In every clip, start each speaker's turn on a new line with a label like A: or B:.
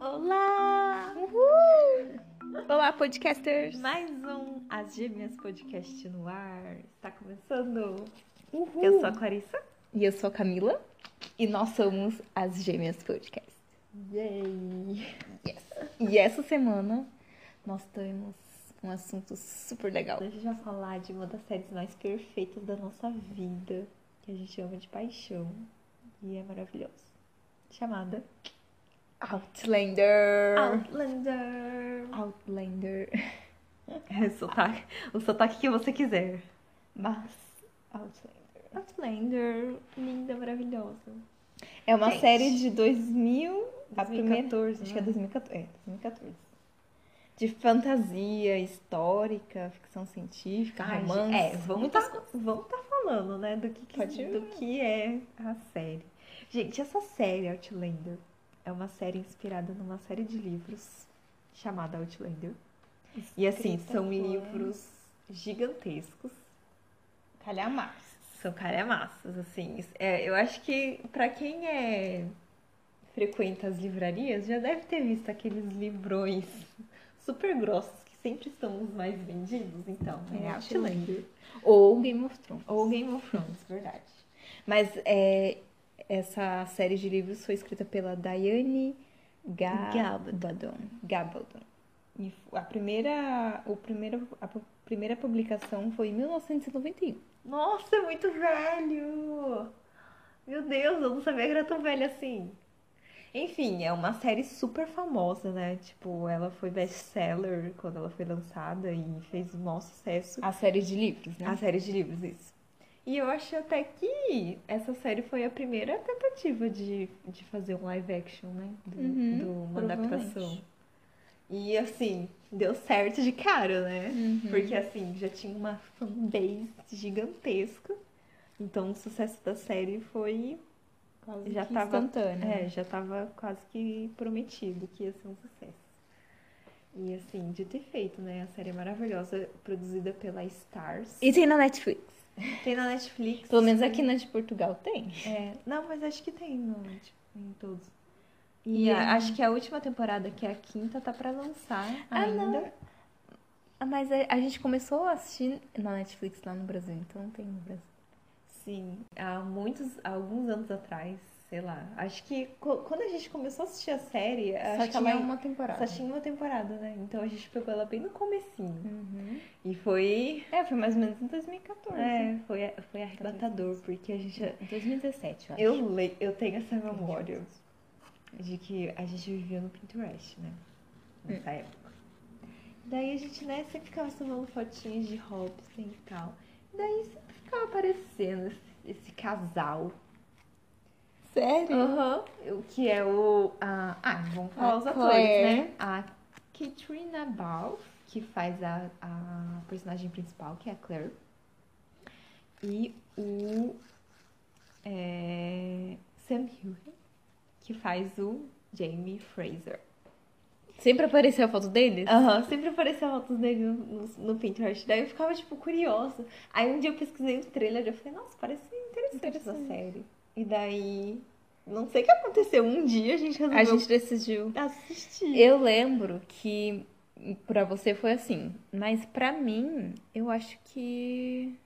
A: Olá!
B: Uhul!
A: Olá, podcasters!
B: Mais um As Gêmeas Podcast no ar. Está começando.
A: Uhul.
B: Eu sou a Clarissa.
A: E eu sou a Camila. E nós somos as Gêmeas Podcast.
B: Yay!
A: E essa semana nós temos um assunto super legal.
B: Hoje a gente vai falar de uma das séries mais perfeitas da nossa vida, que a gente ama de paixão e é maravilhoso. Chamada
A: Outlander!
B: Outlander.
A: Outlander.
B: É, sotaque, o sotaque que você quiser.
A: Mas, Outlander.
B: Outlander, linda, maravilhosa.
A: É uma
B: Gente.
A: série de 2000. A primeira,
B: 2014,
A: acho que é
B: né?
A: 2014. É, 2014. De fantasia histórica, ficção científica,
B: Ai, gente,
A: romance.
B: É, vamos
A: muitas
B: tá, vamos tá falando, né, do que, que-
A: Pode ir.
B: do que é a série. Gente, essa série Outlander é uma série inspirada numa série de livros chamada Outlander. E assim,
A: Escrita
B: são
A: um por- um.
B: livros gigantescos.
A: calhamaços.
B: São calhamaços, assim. É, eu acho que pra quem é frequenta as livrarias, já deve ter visto aqueles livrões super grossos que sempre são os mais vendidos. Então, é
A: É
B: Outlander.
A: Ou Game of Thrones.
B: Ou Game of Thrones, verdade.
A: Mas é, essa série de livros foi escrita pela Diane Ga-
B: Gabaldon.
A: Gabaldon. Gabaldon. E f- a primeira, o primeiro, a pu- primeira publicação foi em 1991.
B: Nossa, é muito velho! Meu Deus, eu não sabia que era tão velho assim. Enfim, é uma série super famosa, né? Tipo, ela foi best-seller quando ela foi lançada e fez o maior sucesso.
A: A série de livros, né?
B: A série de livros, isso. E eu acho até que essa série foi a primeira tentativa de, de fazer um live action, né? Do,
A: Uhum,
B: de uma
A: provavelmente.
B: adaptação. E assim, deu certo de cara, né?
A: Uhum.
B: Porque assim, já tinha uma fanbase gigantesca. Então o sucesso da série foi.
A: Quase
B: já
A: que
B: tava-
A: instantânea.
B: É, já tava quase que prometido que ia ser um sucesso. E assim, de ter feito, né? A série é maravilhosa, produzida pela Stars.
A: E tem na Netflix.
B: Tem na Netflix.
A: Pelo menos aqui na de Portugal tem.
B: É, não, mas acho que tem no, tipo, em todos.
A: E
B: E a-
A: a-
B: acho que a última temporada, que é a quinta, tá pra lançar
A: Ah,
B: ainda.
A: não. Ah, Mas a, a gente começou a assistir na Netflix lá no Brasil, então não tem no Brasil.
B: Sim, há muitos, há alguns anos atrás, sei lá. Acho que co- quando a gente começou a assistir a série,
A: Só
B: acho que
A: tinha
B: ela é
A: uma temporada.
B: só tinha uma temporada, né? Então a gente pegou ela bem no comecinho.
A: Uhum.
B: E foi,
A: É, foi mais ou menos em 2014.
B: é, foi, foi arrebatador, porque a gente
A: 2017, eu acho.
B: Eu leio, eu tenho essa memória de que a gente vivia no Pinterest, né?
A: Hum.
B: Nessa época. Daí a gente, né, sempre ficava tomando fotinhas de Robson e tal. Daí sempre ficava aparecendo esse, esse casal.
A: Sério?
B: Aham. O que é o. a- ah, vamos falar
A: A
B: os atores,
A: Claire.
B: né? A Katrina Balfe, que faz a, a personagem principal, que é a Claire. E o. é, Sam Hewitt, que faz o Jamie Fraser.
A: Sempre apareceu a foto deles?
B: Aham, sempre aparecia fotos dele no, no- no Pinterest. Daí eu ficava, tipo, curiosa. Aí um dia eu pesquisei o trailer e eu falei, nossa, parece interessante essa
A: Interessante.
B: série. E daí, não sei o que aconteceu. Um dia a gente
A: A
B: resolveu
A: gente decidiu.
B: assistir.
A: Eu lembro que pra você foi assim, mas pra mim, eu acho que.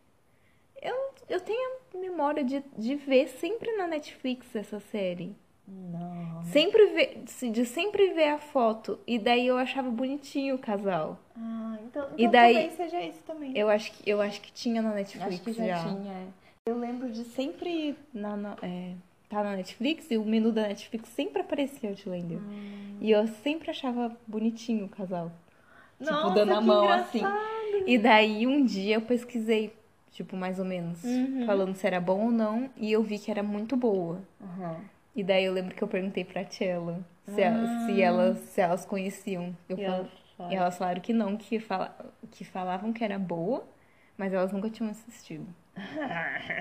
A: Eu, eu tenho a memória de, de ver sempre na Netflix essa série.
B: Não.
A: Sempre ver, se- de sempre ver a foto. E daí eu achava bonitinho o casal.
B: Ah, então,
A: E
B: então
A: daí-
B: talvez seja isso também.
A: Eu acho que, eu acho que tinha na Netflix
B: Acho que já, tinha. é.
A: Eu lembro de sempre
B: tipo,
A: na, na- é, tá na Netflix e o menu da Netflix sempre aparecia Outlander.
B: Ah.
A: E eu sempre achava bonitinho o casal. tipo,
B: Nossa,
A: dando a
B: que
A: mão
B: engraçado.
A: assim. E daí um dia eu pesquisei, tipo, mais ou menos,
B: Uhum.
A: falando se era bom ou não, e eu vi que era muito boa. E daí eu lembro que eu perguntei pra Tchela se, ela- se, elas, se elas conheciam. Eu
B: Ah. E
A: fal-
B: ela fala.
A: e elas falaram que não, que, fala, que falavam que era boa, mas elas nunca tinham assistido.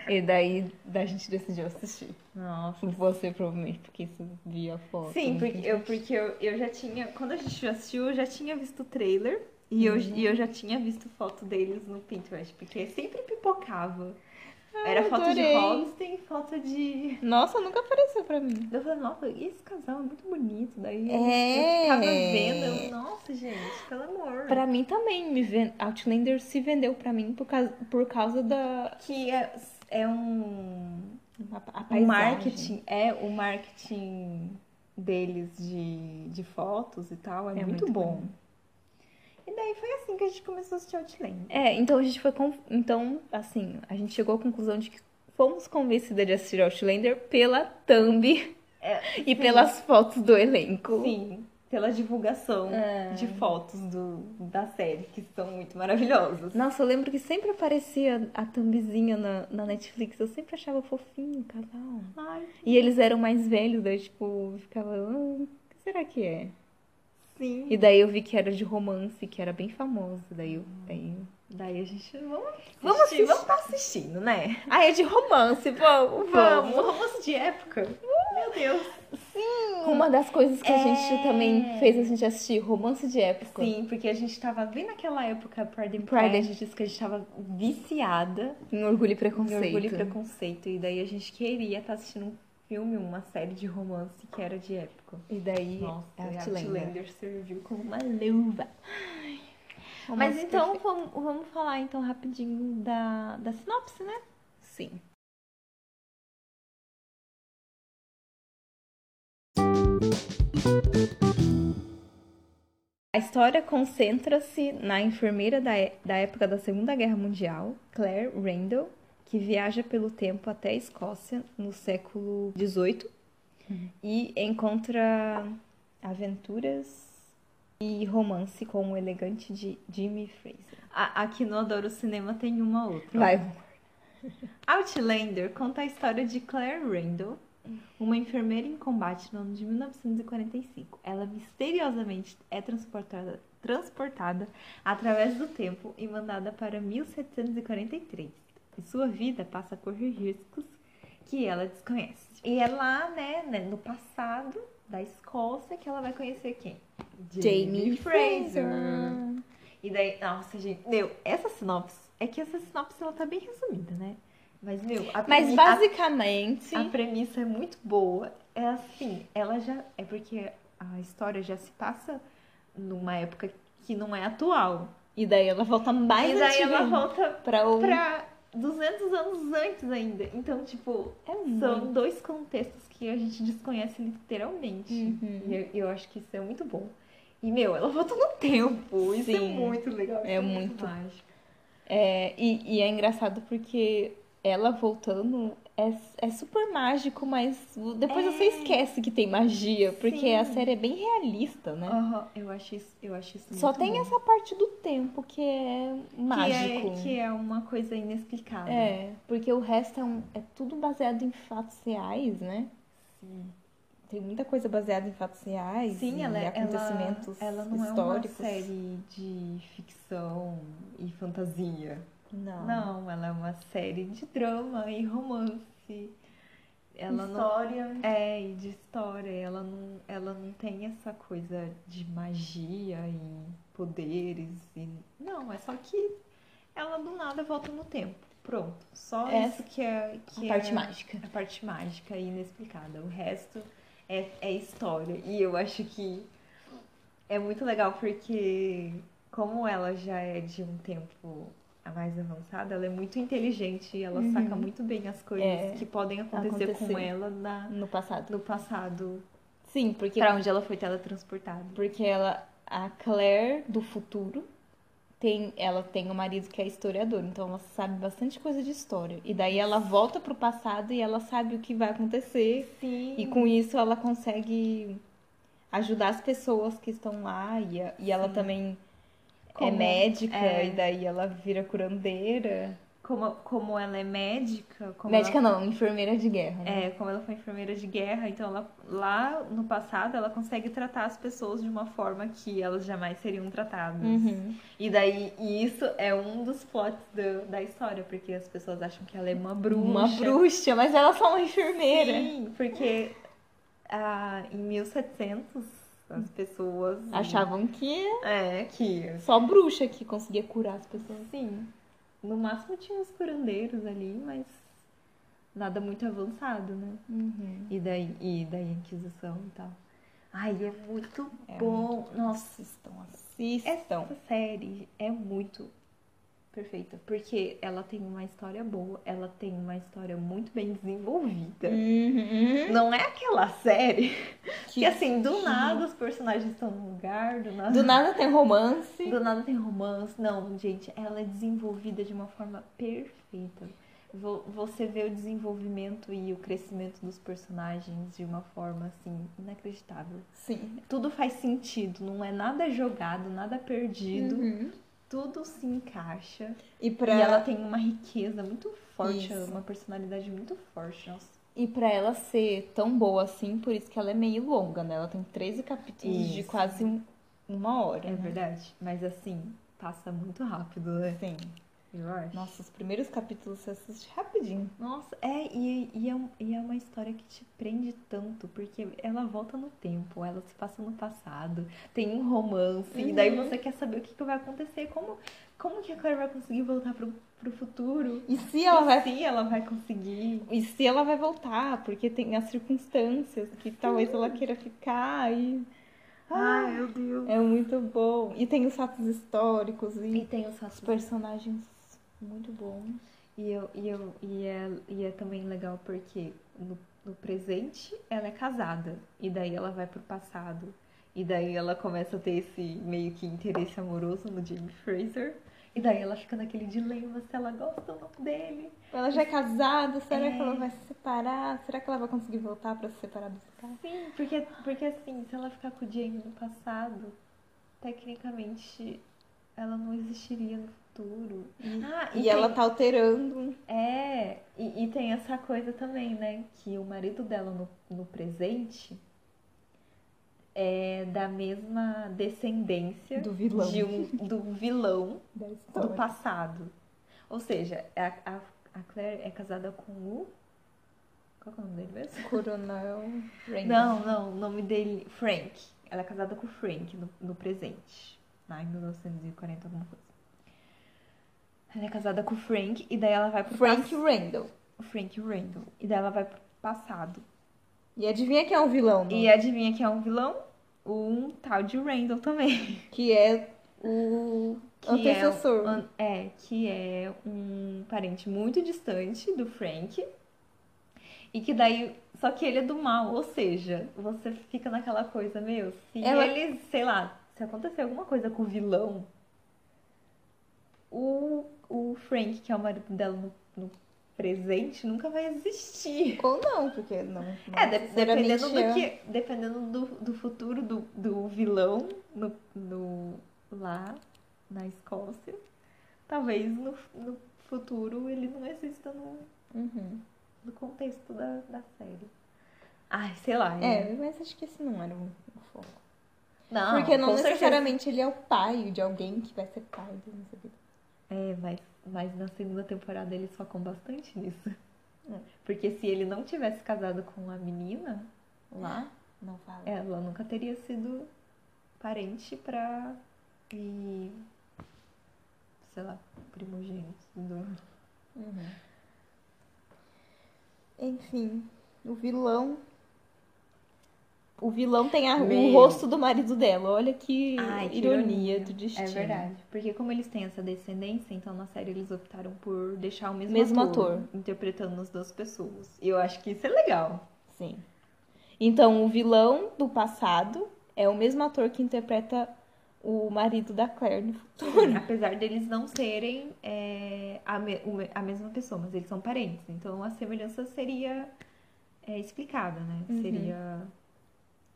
A: E daí da gente decidiu assistir.
B: Nossa.
A: Você provavelmente, porque você via a foto.
B: Sim,
A: né?
B: porque, eu, porque eu, eu já tinha. Quando a gente assistiu, eu já tinha visto o trailer.
A: Uhum.
B: E eu, e eu já tinha visto foto deles no Pinterest, porque sempre pipocava. Era foto
A: Ah, adorei.
B: de Holstein, foto de.
A: Nossa, nunca apareceu pra mim.
B: Eu falei, nossa, esse casal é muito bonito. Daí eu-
A: É.
B: eu ficava vendo. eu, nossa, gente, pelo amor.
A: Pra mim também, me ven- Outlander se vendeu pra mim por causa, por causa da
B: Que é, é um.
A: a, a
B: O
A: paisagem.
B: marketing. É, o marketing deles de, de fotos e tal é,
A: É
B: muito,
A: muito
B: bom. E daí foi assim que a gente começou a assistir Outlander.
A: É, então a gente foi con- então assim, a gente chegou à conclusão de que fomos convencidas de assistir Outlander pela thumb e pelas fotos do elenco.
B: É, Sim, pela divulgação
A: É.
B: de fotos do, da série, que são muito maravilhosas.
A: Nossa, eu lembro que sempre aparecia a thumbzinha na, na Netflix, eu sempre achava fofinho o casal.
B: Ai,
A: E eles eram mais velhos, daí tipo, ficava, "Ah, o que será que é?
B: sim.
A: E daí eu vi que era de romance, que era bem famoso, daí eu... Daí...
B: Daí a gente. Vamos assistir,
A: Vamos
B: vamos
A: assistir.
B: estar assistindo, né?
A: Ah, é de romance, vamos,
B: Vamos, romance de época. Meu Deus.
A: Uma das coisas que a gente
B: É.
A: também fez a gente assistir romance de época.
B: Sim, porque a gente tava bem naquela época Pride and
A: Pride and-
B: Prejudice que a gente tava viciada
A: Em Orgulho e
B: em
A: Preconceito.
B: orgulho e preconceito. E daí a gente queria estar assistindo um filme, uma série de romance que era de época.
A: E daí, é
B: e
A: ela te lembra.
B: Outlander serviu como uma luva. Mas
A: Romance
B: então vamos, vamos falar então rapidinho da, da sinopse, né?
A: perfeito. Sim. A história concentra-se na enfermeira da, é- da época da Segunda Guerra Mundial, Claire Randall, que viaja pelo tempo até a Escócia no século XVIII Uhum. e encontra aventuras e romance com o elegante de Jimmy Fraser.
B: A- aqui no Adoro Cinema tem uma outra.
A: Vai,
B: Outlander conta a história de Claire Randall, uma enfermeira em combate no ano de 1945. Ela misteriosamente é transportada, transportada através do tempo e mandada para 1743. E sua vida passa a correr riscos que ela desconhece. E é lá, né, né, no passado da Escócia, que ela vai conhecer quem?
A: Jamie Fraser.
B: E daí, nossa, gente, meu, essa sinopse, é que essa sinopse ela tá bem resumida, né? Mas, meu, a,
A: Mas
B: premi-
A: basicamente,
B: a, a premissa é muito boa. É assim, ela já. É porque a história já se passa numa época que não é atual.
A: e daí ela volta mais
B: e daí
A: antiga
B: ela
A: ainda
B: volta
A: pra o
B: pra 200 anos antes ainda. Então, tipo,
A: É
B: são dois contextos que a gente desconhece literalmente.
A: Uhum.
B: E eu, eu acho que isso é muito bom. E, meu, ela volta no tempo. Isso é
A: Sim.
B: muito legal.
A: É
B: isso
A: muito.
B: mágico.
A: É, e, e é engraçado porque ela voltando é, é super mágico, mas depois
B: É.
A: você esquece que tem magia, porque
B: Sim.
A: a série é bem realista, né?
B: Aham, eu acho isso, eu acho isso
A: Só
B: Ah, muito
A: tem
B: bom.
A: essa parte do tempo que é
B: que
A: mágico.
B: é, que é uma coisa inexplicável.
A: É, porque o resto é, um- é tudo baseado em fatos reais, né?
B: Sim.
A: Tem muita coisa baseada em fatos reais
B: assim. Sim,
A: É e
B: ela, ela,
A: acontecimentos
B: ela não
A: históricos.
B: é uma série de ficção e fantasia.
A: Não.
B: Não, ela é uma série de drama e romance. Ela não
C: História.
B: é e de história. Ela não, ela não tem essa coisa de magia e poderes e não, é só que ela do nada volta no tempo. Pronto. Só
A: É
B: isso que é que
A: a parte
B: é...
A: mágica.
B: A parte mágica e inexplicada. O resto é, é história. E eu acho que é muito legal porque, como ela já é de um tempo a mais avançada, ela é muito inteligente e ela
A: Uhum.
B: saca muito bem as coisas
A: É.
B: que podem acontecer com
A: Aconteceu.
B: ela na,
A: No passado.
B: no passado,
A: Sim, porque,
B: pra onde ela foi teletransportada.
A: porque ela, a Claire do futuro, tem, ela tem um marido que é historiador, então ela sabe bastante coisa de história. E daí ela volta pro passado e ela sabe o que vai acontecer.
B: Sim.
A: E com isso ela consegue ajudar as pessoas que estão lá. E, a- e ela também é
B: Como-
A: médica,
B: é.
A: e daí ela vira curandeira.
B: Como, como ela é médica, como ela
A: médica não, enfermeira de guerra. né?
B: É, como ela foi enfermeira de guerra, então ela, lá no passado ela consegue tratar as pessoas de uma forma que elas jamais seriam tratadas.
A: Uhum.
B: E daí, e isso é um dos plots do- da história, porque as pessoas acham que ela é uma bruxa.
A: Uma bruxa, mas ela é só uma enfermeira.
B: Sim, porque ah, em 1700 as pessoas
A: Achavam que
B: é, que
A: Só bruxa que conseguia curar as pessoas.
B: Sim. No máximo tinha os curandeiros ali, mas nada muito avançado, né?
A: Uhum.
B: E daí, e daí Inquisição e tal. Ai, é muito
A: É
B: bom. Nossa,
A: Assistam, assistam.
B: essa série é muito perfeita, porque ela tem uma história boa, ela tem uma história muito bem desenvolvida.
A: Uhum.
B: Não é aquela série que,
A: Que-
B: assim, do nada os personagens estão no lugar, do nada,
A: Do nada tem romance.
B: do nada tem romance. Não, gente, ela é desenvolvida de uma forma perfeita. Vo- Você vê o desenvolvimento e o crescimento dos personagens de uma forma, assim, inacreditável.
A: Sim.
B: Tudo faz sentido, não é nada jogado, nada perdido.
A: Uhum.
B: Tudo se encaixa.
A: E pra,
B: E
A: e,
B: ela tem uma riqueza muito forte,
A: Isso.
B: uma personalidade muito forte. Nossa.
A: pra ela ser tão boa assim, por isso que ela é meio longa, né? Ela tem 13 capítulos de
B: Isso.
A: quase um- uma hora.
B: É verdade. Mas assim, passa muito rápido, né?
A: Sim.
B: Eu acho.
A: Nossa, os primeiros capítulos você assiste rapidinho.
B: Nossa, é, e, e, é, um- e é uma história que te prende tanto, porque ela volta no tempo, ela se passa no passado, tem um romance, e daí
A: Uhum.
B: você quer saber o que, que vai acontecer, como, como que a Claire vai conseguir voltar pro, pro futuro.
A: E se ela vai
B: Sim, ela vai conseguir.
A: E se ela vai voltar, porque tem as circunstâncias que talvez
B: Uhum.
A: ela queira ficar e
B: Ai, meu Deus.
A: é muito bom. E tem os fatos históricos
B: E
A: e
B: tem os
A: os
B: fatos
A: personagens muito bons.
B: E, eu, e, eu, e, é, e é também legal porque no, no presente ela é casada, e daí ela vai pro passado, e daí ela começa a ter esse meio que interesse amoroso no Jamie Fraser, e daí ela fica naquele dilema se ela gosta ou não dele.
A: Ela já é casada, será
B: É.
A: que ela vai se separar? Será que ela vai conseguir voltar pra se separar do cara?
B: Sim, porque, porque assim, se ela ficar com o Jamie no passado, tecnicamente ela não existiria no futuro. ah,
A: E
B: tem-
A: ela tá alterando.
B: É, e, e tem essa coisa também, né? Que o marido dela no, no presente é da mesma descendência
A: Do vilão.
B: de um- do vilão
A: da
B: do
A: história.
B: passado. Ou seja, a, a, a Claire é casada com o. Qual que é o nome dele mesmo?
A: Coronel Randall.
B: Não, não, o nome dele. Frank. Ela é casada com o Frank no, no presente. Lá em 1940, alguma coisa. Ela é casada com o Frank e daí ela vai pro
A: Frank Randall.
B: o Frank Randall. E daí ela vai pro passado.
A: E adivinha quem é o vilão? não?
B: E adivinha quem é um vilão? Um tal de Randall também.
A: Que é o
B: Que é
A: antecessor.
B: um- an- É, que é um parente muito distante do Frank. E que daí. Só que ele é do mal, ou seja, você fica naquela coisa, meu, se
A: Ela-
B: ele, sei lá, se acontecer alguma coisa com o vilão, o, o Frank, que é o marido dela no, no presente, nunca vai existir.
A: Ou não, porque não. não
B: É, de- dependendo do
A: necessariamente é.
B: que, dependendo do, do futuro do, do vilão no, no- lá na Escócia, talvez no, no futuro ele não exista no,
A: Uhum.
B: no contexto da, da série. Ai, sei lá. né?
A: É, mas acho que esse não era o o foco.
B: Não,
A: Porque não
B: Ah, com certeza.
A: necessariamente ele é o pai de alguém que vai ser pai do não sei o quê.
B: É, mas, mas na segunda temporada eles focam bastante nisso.
A: É.
B: Porque se ele não tivesse casado com a menina lá,
A: Não fala.
B: Ela nunca teria sido parente pra. E. Sei lá, primogênito. do-
A: Uhum. Enfim, o vilão. O vilão tem a- o
B: Meu.
A: rosto do marido dela. Olha que ironia do destino.
B: É verdade. Porque como eles têm essa descendência, então na série eles optaram por deixar o mesmo,
A: Mesmo
B: ator,
A: ator.
B: interpretando as duas pessoas. E eu acho que isso é legal.
A: Sim. Então, o vilão do passado é o mesmo ator que interpreta o marido da Claire no
B: Apesar deles não serem é, a, me- o me- a mesma pessoa, mas eles são parentes. Então a semelhança seria é, explicada, né?
A: Uhum.
B: Seria.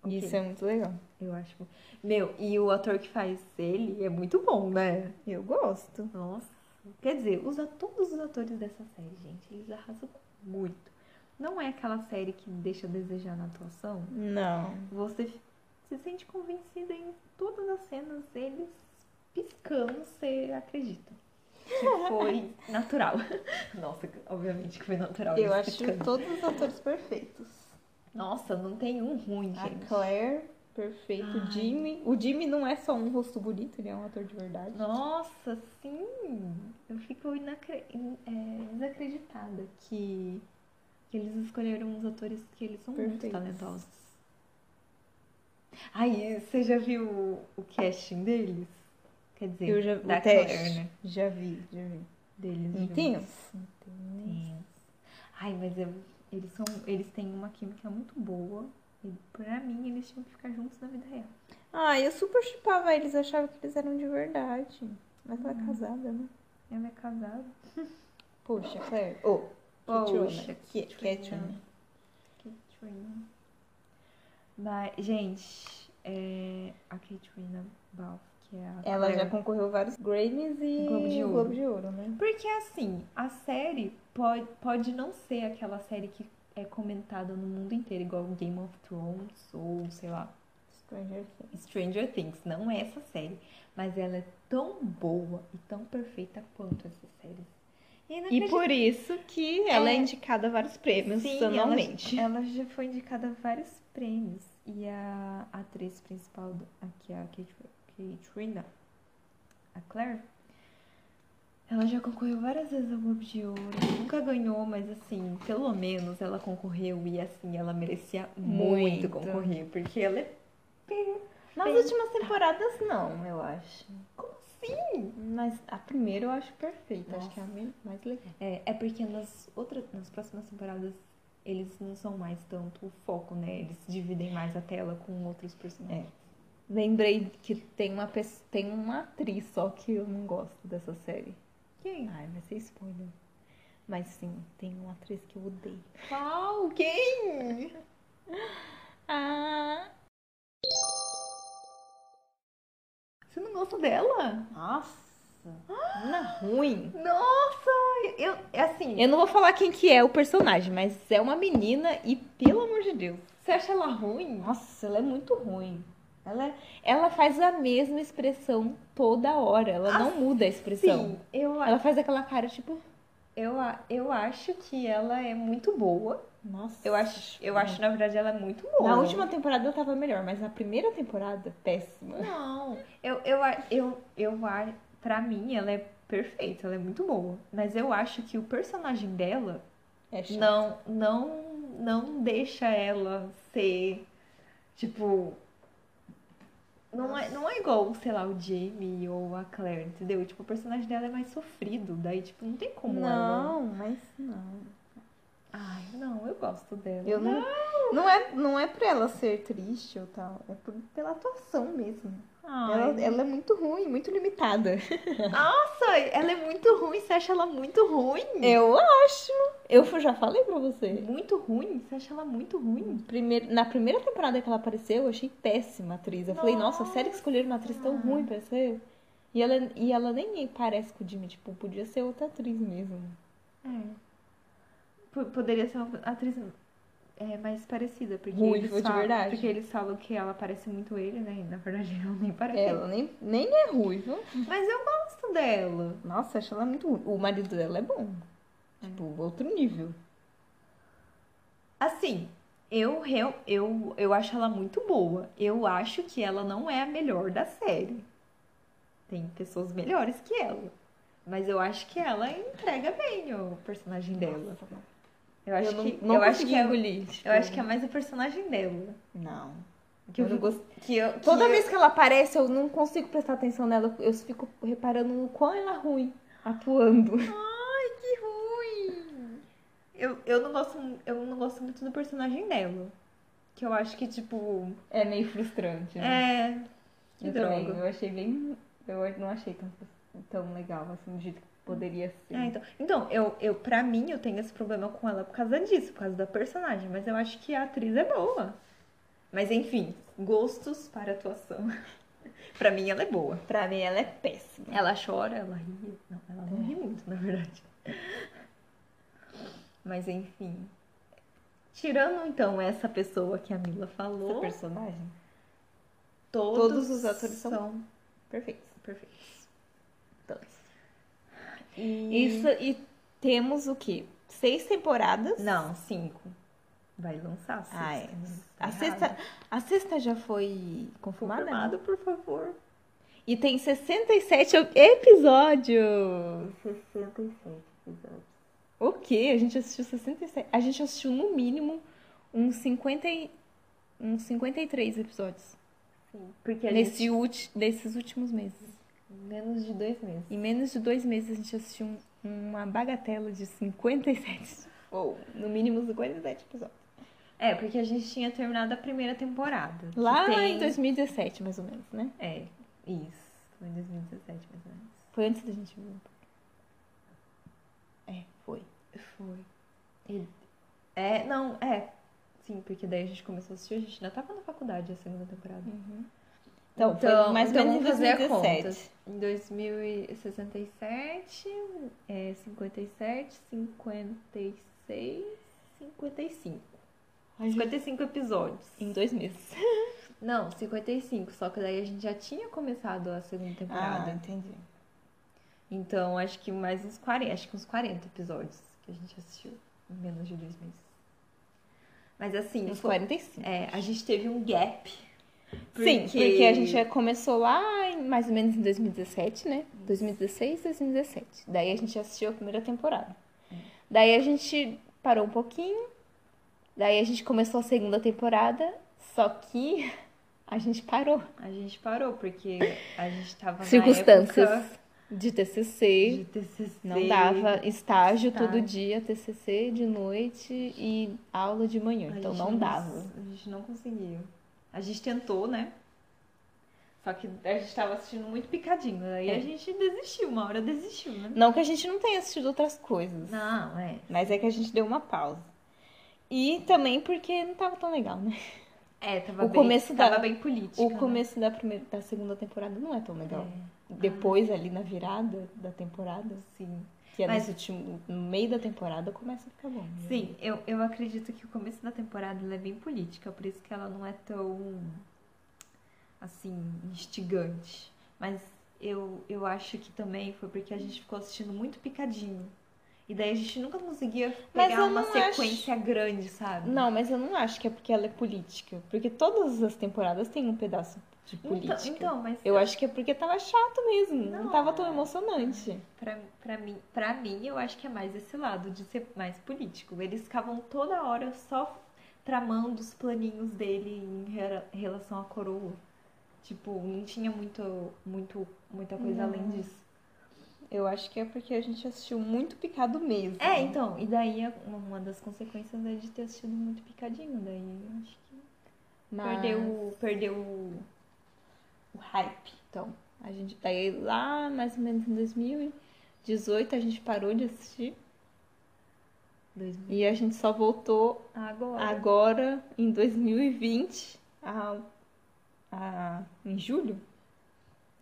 B: ok.
A: Isso é muito legal.
B: Eu acho. bom. Meu, e o ator que faz ele é muito bom, né?
A: Eu gosto.
B: Nossa. Quer dizer, os, a- todos os atores dessa série, gente, eles arrasam muito. Não é aquela série que deixa a desejar na atuação.
A: Não.
B: Você f- se sente convencida em todas as cenas, eles piscando, você acredita. Que foi natural. Nossa, obviamente que foi natural.
A: Eu
B: eles
A: acho
B: piscando.
A: todos os atores perfeitos.
B: Nossa, não tem um ruim,
A: A
B: gente.
A: Claire, perfeito. O
B: Ai.
A: Jimmy. O Jimmy não é só um rosto bonito, ele é um ator de verdade.
B: Nossa, sim! Eu fico inacre- in- é, desacreditada que Porque eles escolheram uns atores que eles são muito
A: Perfeitos.
B: talentosos. Aí, você já viu o- o casting deles? Quer dizer,
A: Eu já
B: da
A: o teste.
B: Claire, né?
A: Já vi, já vi.
B: Deles juntos.
A: Intenso. Intenso.
B: Sim. Ai, mas eu- eles, são, eles têm uma química muito boa. E pra mim, eles tinham que ficar juntos na vida real.
A: Ah, eu super chipava eles, eu achava que eles eram de verdade. Mas ela é casada, né?
B: Ela é casada.
A: Poxa, Claire. Ô,
B: Poxa,
A: Poxa, que Catwoman.
B: Katrina. Mas, gente, é, a Katrina Balfe, que é a
A: Ela já
B: Claire.
A: concorreu vários Grammys e
B: Globo de Ouro.
A: Globo de Ouro, né?
B: Porque assim, a série pode, pode não ser aquela série que é comentada no mundo inteiro, igual Game of Thrones ou, sei lá,
A: Stranger Things.
B: Stranger Things. Não é essa série. Mas ela é tão boa e tão perfeita quanto essas séries. E,
A: E por isso que ela é,
B: É.
A: indicada a vários prêmios
B: Sim,
A: anualmente.
B: Ela, ela já foi indicada a vários prêmios. E a atriz principal, do- aqui a Kate- Katrina, a Claire, ela já concorreu várias vezes ao Globo de Ouro. Nunca ganhou, mas assim, pelo menos ela concorreu. E assim, ela merecia muito,
A: Muito.
B: concorrer. Porque ela é...
A: Nas
B: Bem-
A: últimas temporadas, não, eu acho.
B: Como assim?
A: Mas a primeira eu acho perfeita. Acho que é a
B: Nossa.
A: me- mais legal.
B: É, é porque nas, outras, nas próximas temporadas... Eles não são mais tanto o foco, né? Eles dividem mais a tela com outros personagens.
A: É. Lembrei que tem uma, pes- tem uma atriz só que eu não gosto dessa série.
B: Quem?
A: Ai, vai ser spoiler. Mas sim, tem uma atriz que eu odeio.
B: Qual? Quem?
A: Ah! Você não gosta dela? Nossa! Não, ruim.
B: Nossa! Eu, é assim,
A: Eu não vou falar quem que é o personagem, mas é uma menina e, pelo amor de Deus,
B: você acha ela ruim?
A: nossa, ela é muito ruim. Ela, é, ela faz a mesma expressão toda hora. Ela não muda a expressão.
B: Sim, eu, a-
A: Então, Ela faz aquela cara, tipo,
B: eu, a- eu acho que ela é muito boa.
A: nossa.
B: Eu acho, eu acho na verdade, ela é muito boa.
A: Hum. Na última temporada eu tava melhor, mas na primeira temporada, péssima.
B: Não, eu, eu, a- eu, eu, a- pra mim, ela é perfeita, ela é muito boa. Mas eu acho que o personagem dela
A: É chato.
B: não, não, não deixa ela ser, tipo... Não é, não é igual, sei lá, o Jamie ou a Claire, entendeu? Tipo, o personagem dela é mais sofrido, daí, tipo, não tem como ela...
A: Não, mas não.
B: Ai, não, eu gosto dela.
A: Eu não, não, é, não é pra ela ser triste ou tal, é por- pela atuação mesmo.
B: Ai.
A: Ela, ela é muito ruim, muito limitada.
B: Nossa, ela é muito ruim. Você acha ela muito ruim?
A: Eu acho. Eu fu- já falei pra você.
B: Muito ruim? Você acha ela muito ruim?
A: Primeiro, na primeira temporada que ela apareceu, eu achei péssima a atriz. Eu falei, nossa, sério que escolheram uma atriz tão ruim pra ser? E ela, e ela nem parece com o Jimmy, tipo, podia ser outra atriz mesmo. É.
B: P- Poderia ser uma atriz é, mais parecida. Porque
A: Ruim,
B: eles
A: de
B: falam-
A: verdade.
B: Porque eles falam que ela parece muito ele, né? E na verdade ela nem parece.
A: Ela nem, nem é ruiva.
B: Mas eu gosto dela.
A: Nossa, acho ela muito ruim. O marido dela é bom. Tipo,
B: É.
A: outro nível.
B: Assim, eu, eu, eu, eu acho ela muito boa. Eu acho que ela não é a melhor da série. Tem pessoas melhores que ela. Mas eu acho que ela entrega bem o personagem dela. Eu acho
A: eu não,
B: que
A: não
B: eu acho
A: consegui
B: que é,
A: engolir. tipo,
B: eu acho que é mais o personagem dela.
A: Não.
B: Que eu,
A: Eu não
B: fico- que eu- que
A: Toda
B: eu-
A: vez que ela aparece, eu não consigo prestar atenção nela. Eu fico reparando no quão ela é ruim atuando.
B: que ruim. Eu, eu não gosto eu não gosto muito do personagem dela. Que eu acho que tipo,
A: É assim. meio frustrante, né?
B: é que
A: eu
B: droga.
A: também. Eu achei bem. Eu não achei tão, tão legal assim, do jeito que poderia ser.
B: É, então, então eu, eu, pra mim, eu tenho esse problema com ela por causa disso, por causa da personagem. Mas eu acho que a atriz é boa. Mas enfim, gostos para atuação. pra mim, ela é boa.
A: Pra mim, ela é péssima.
B: Ela chora, ela ri. Não, ela não
A: É.
B: ri muito, na verdade. Mas enfim. Tirando então essa pessoa que a Mila
A: Essa
B: falou,
A: personagem?
B: todos,
A: todos os atores são- Perfeito.
B: perfeitos.
A: Todos.
B: E...
A: Isso, e temos o quê? Seis temporadas?
B: Não, cinco. Vai lançar a sexta.
A: Ah, é.
B: né? Tá
A: A sexta,
B: errado.
A: a sexta já foi confirmada? né?
B: Confirmado, por favor.
A: E tem 67 episódios.
B: 67 episódios.
A: O quê? A gente assistiu 67. A gente assistiu no mínimo uns 50 e... uns 53 episódios
B: Sim. Porque a
A: nesse
B: gente,
A: ulti... desses últimos meses.
B: menos de dois meses.
A: Em menos de dois meses a gente assistiu um- uma bagatela de 57. Ou no mínimo 57 episódios.
B: É, porque a gente tinha terminado a primeira temporada. que
A: Lá
B: tem-
A: em 2017, mais ou menos, né?
B: É, isso. Foi em 2017, mais ou menos.
A: Foi antes da gente vir. um É, foi.
B: Foi. E- É, não, é. Sim, porque daí a gente começou a assistir, a gente ainda tava na faculdade a segunda temporada.
A: Então, foi mais ou
B: então
A: menos em
B: vamos fazer a
A: 2017.
B: conta. Em 2067, é 57, 56, 55.
A: Ai, gente.
B: 55 episódios.
A: Em dois meses.
B: Não, 55, só que daí a gente já tinha começado a segunda temporada.
A: entendi.
B: Então, acho que mais uns 40, acho que uns 40 episódios que a gente assistiu em menos de dois meses. Mas assim,
A: Uns
B: foi-
A: 45.
B: é, a gente teve um gap.
A: Sim, porque a gente é já começou lá em, mais ou menos em 2017, né? 2016, 2017. Daí a gente assistiu a primeira temporada. Daí a gente parou um pouquinho. Daí a gente começou a segunda temporada, só que a gente parou.
B: A gente parou, porque a gente tava na
A: Circunstâncias
B: época
A: de TCC.
B: de TCC.
A: Não dava estágio todo
B: Estágio.
A: dia, TCC de noite e aula de manhã,
B: A
A: então
B: gente
A: não dava.
B: A gente não conseguiu. A gente tentou, né? Só que a gente tava assistindo muito picadinho. Aí
A: É.
B: a gente desistiu, uma hora desistiu, né?
A: Não que a gente não tenha assistido outras coisas,
B: Não, é.
A: mas é que a gente deu uma pausa. E também porque não tava tão legal, né?
B: É, tava
A: O
B: bem,
A: começo da-
B: tava bem política.
A: O
B: né?
A: começo da primeira, da segunda temporada não é tão legal.
B: É,
A: Depois ali na virada da temporada,
B: sim.
A: que é
B: Mas-
A: nesse último, no meio da temporada começa a ficar bom. né?
B: Sim, eu, eu acredito que o começo da temporada ela é bem política, por isso que ela não é tão, assim, instigante. Mas eu, eu acho que também foi porque a gente ficou assistindo muito picadinho. E daí a gente nunca conseguia
A: Mas
B: pegar
A: eu
B: uma
A: não
B: sequência grande, sabe?
A: Não, mas eu não acho que é porque ela é política, porque todas as temporadas têm um pedaço de política.
B: Então, então mas
A: Eu acho que é porque tava chato mesmo, não,
B: Não,
A: tava tão
B: é.
A: emocionante.
B: pra, pra, mim, pra mim, eu acho que é mais esse lado de ser mais político. Eles ficavam toda hora só tramando os planinhos dele em re- relação à coroa. Tipo, não tinha muito, muito, muita coisa
A: Não.
B: além disso.
A: Eu acho que é porque a gente assistiu muito picado mesmo.
B: É, então, e daí a- uma- uma das consequências é de ter assistido muito picadinho, daí eu acho que
A: Mas,
B: perdeu, o- perdeu o, o hype.
A: Então, a gente daí lá mais ou menos em 2018 a gente parou de assistir e a gente só voltou
B: Agora.
A: agora em 2020 a, a- em julho,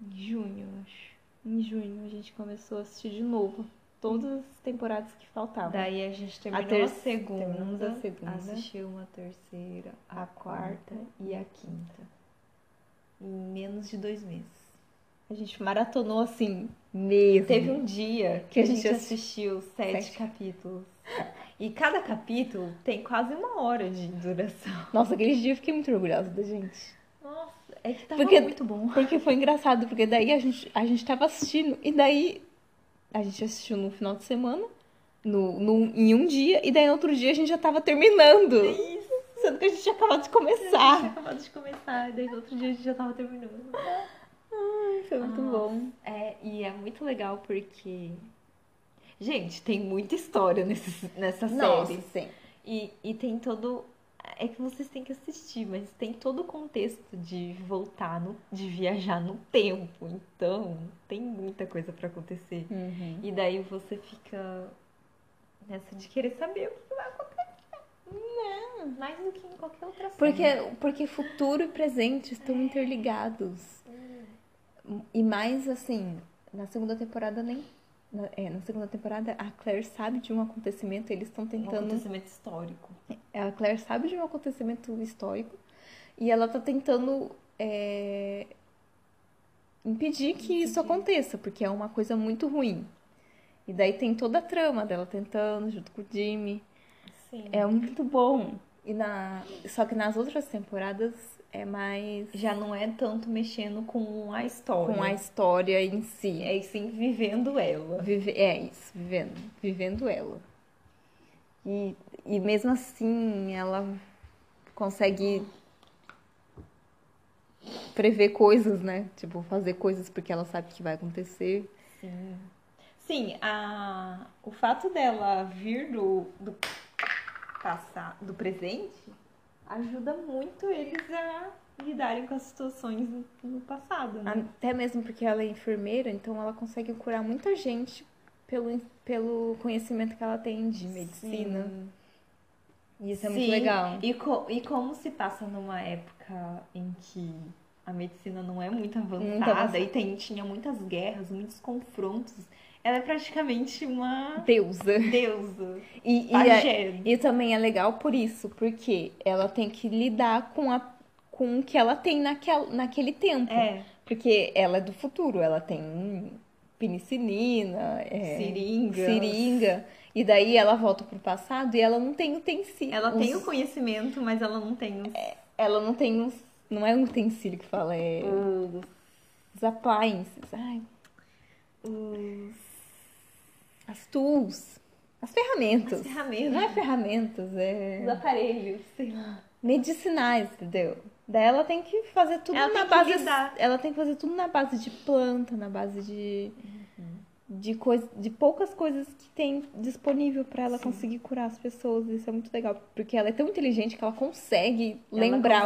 B: Em junho, eu acho.
A: em junho a gente começou a assistir de novo todas as temporadas que faltavam.
B: Daí a gente terminou a,
A: ter-
B: segunda,
A: terminamos a segunda.
B: assistiu a terceira, a,
A: A
B: quarta,
A: quarta
B: e a quinta. Em menos de dois meses.
A: A gente maratonou assim mesmo.
B: Teve um dia que,
A: Que
B: a
A: a
B: gente,
A: gente assi-
B: assistiu sete,
A: sete.
B: capítulos. E cada capítulo tem quase uma hora de duração.
A: Nossa, aquele dia eu fiquei muito orgulhosa da gente.
B: Nossa, é que
A: Porque-
B: muito bom.
A: Porque foi engraçado, porque daí a gente, a gente tava assistindo, e daí a gente assistiu no final de semana, no, no- em um dia, e daí no outro dia a gente já tava terminando.
B: É Isso.
A: Sendo que a gente tinha acabado de
B: A gente tinha
A: começar.
B: acabado de começar, e daí no outro dia a gente já tava terminando.
A: Foi muito
B: Ah.
A: bom.
B: É, e é muito legal porque. Gente, tem muita história nesse, nessa série.
A: sim.
B: E, e tem todo. É que vocês têm que assistir, mas tem todo o contexto de voltar, no, de viajar no tempo. Então, tem muita coisa pra acontecer. E daí você fica nessa de querer saber o que vai acontecer. Não. Mais do que em qualquer outra É série.
A: Porque, porque futuro e presente estão interligados. E mais assim, na segunda temporada nem. na- é, na segunda temporada a Claire sabe de um acontecimento, eles estão
B: Um
A: tentando
B: acontecimento histórico.
A: A Claire sabe de um acontecimento histórico e ela tá tentando é, impedir que isso aconteça, porque é uma coisa muito ruim. E daí tem toda a trama dela tentando, junto com o Jimmy.
B: Sim.
A: É muito bom. E na... Só que nas outras temporadas é mais
B: Já não é tanto mexendo com a história.
A: com a história em si. É
B: É sim vivendo ela.
A: Vive- É isso, vivendo, vivendo ela. E, e mesmo assim, ela consegue prever coisas, né? Tipo, fazer coisas porque ela sabe que vai acontecer.
B: Sim. Sim, a... o fato dela vir do, do passado, do presente, ajuda muito eles a lidarem com as situações no- no passado, né?
A: Até mesmo porque ela é enfermeira, então ela consegue curar muita gente pelo, pelo conhecimento que ela tem de medicina.
B: Sim.
A: E isso é muito
B: Sim,
A: legal.
B: E, co- e como se passa numa época em que a medicina não é muito avançada
A: avançada.
B: e tem, tinha muitas guerras, muitos confrontos, ela é praticamente uma
A: Deusa.
B: deusa.
A: E, e, a-
B: pajé.
A: e também é legal por isso, porque ela tem que lidar com, a, com o que ela tem naquel, naquele tempo.
B: É,
A: Porque ela é do futuro, ela tem penicilina, é,
B: seringa.
A: seringa. E daí ela volta pro passado e ela não tem utensílio.
B: Ela tem o
A: os-
B: conhecimento, mas ela não tem os,
A: Ela não tem os. Não é um utensílio que fala, é.
B: os,
A: Os appliances. Ai,
B: os-
A: as tools. As ferramentas.
B: as ferramentas,
A: Não é ferramentas, é.
B: os aparelhos, sei lá.
A: medicinais, entendeu? Daí ela tem que fazer tudo
B: Ela
A: na
B: tem que
A: base.
B: lidar.
A: Ela tem que fazer tudo na base de planta, na base de. De, coisa, de poucas coisas que tem disponível pra ela
B: Sim.
A: conseguir curar as pessoas. Isso é muito legal. Porque ela é tão inteligente que ela consegue lembrar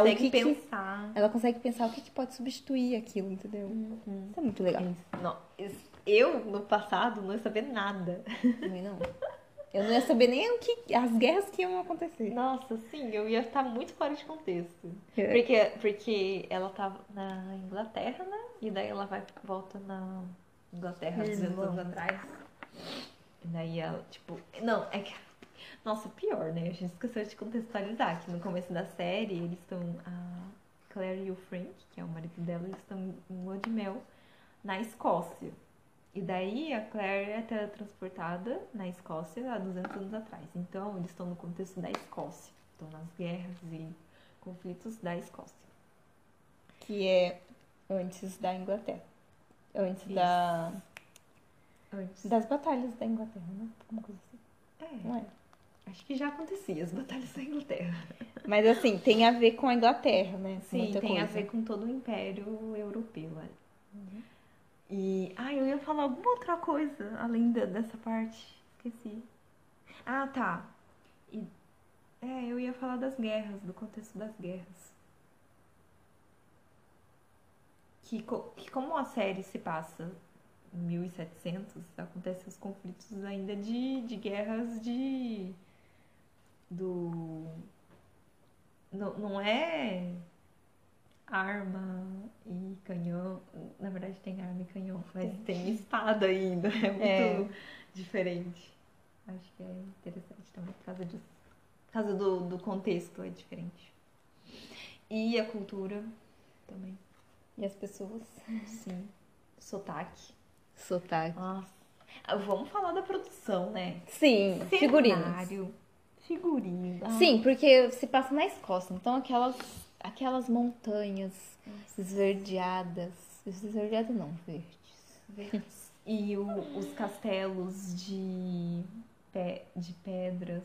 B: ela
A: o
B: consegue
A: que, que-
B: pensar.
A: Ela consegue pensar o que, que pode substituir aquilo, entendeu?
B: Uhum.
A: Isso é muito legal.
B: Não, isso- eu, no passado, não ia saber nada.
A: Também não. Eu não ia saber nem o que. as guerras que iam acontecer.
B: Nossa, sim, eu ia estar muito fora de contexto.
A: É.
B: Porque, porque ela tava na Inglaterra, né? E daí ela vai volta na Inglaterra 200 anos
A: Irlanda.
B: atrás. E daí ela, tipo. Não, é que. Nossa, pior, né? A gente esqueceu de contextualizar que no começo da série eles estão. A Claire e o Frank, que é o marido dela, eles estão em lua de mel na Escócia. E daí a Claire é teletransportada na Escócia há 200 anos atrás. Então eles estão no contexto da Escócia. Estão nas guerras e conflitos da Escócia.
A: Que é antes da Inglaterra. Antes da.
B: Antes.
A: Das batalhas da Inglaterra, né? Alguma coisa assim.
B: É,
A: Não é?
B: acho que já acontecia as batalhas da Inglaterra.
A: Mas assim, tem a ver com a Inglaterra, né?
B: Sim,
A: Muita
B: tem a
A: coisa. Uhum.
B: ver com todo o Império Europeu. olha. E. Ah, eu ia falar alguma outra coisa além da- dessa parte. Esqueci. Ah, tá. E, é, eu ia falar das guerras, do contexto das guerras. Que, co- que como a série se passa em 1700, acontecem os conflitos ainda de, de guerras de. Do. Não, não é arma e canhão. Na verdade, tem arma e canhão, mas tem, espada ainda. É muito diferente. Acho que é interessante também por causa disso. Por causa do, do contexto é diferente. E a cultura também.
A: E as pessoas.
B: Sim. Sotaque.
A: Sotaque.
B: Nossa. Ah, Vamos falar da produção, né?
A: Sim, figurinos.
B: Cenário, Figurino. Ah,
A: Sim, porque se passa na Escócia, então aquelas, aquelas montanhas esverdeadas. Esverdeadas não, verdes.
B: verdes. E o- os castelos de, pe- de pedras.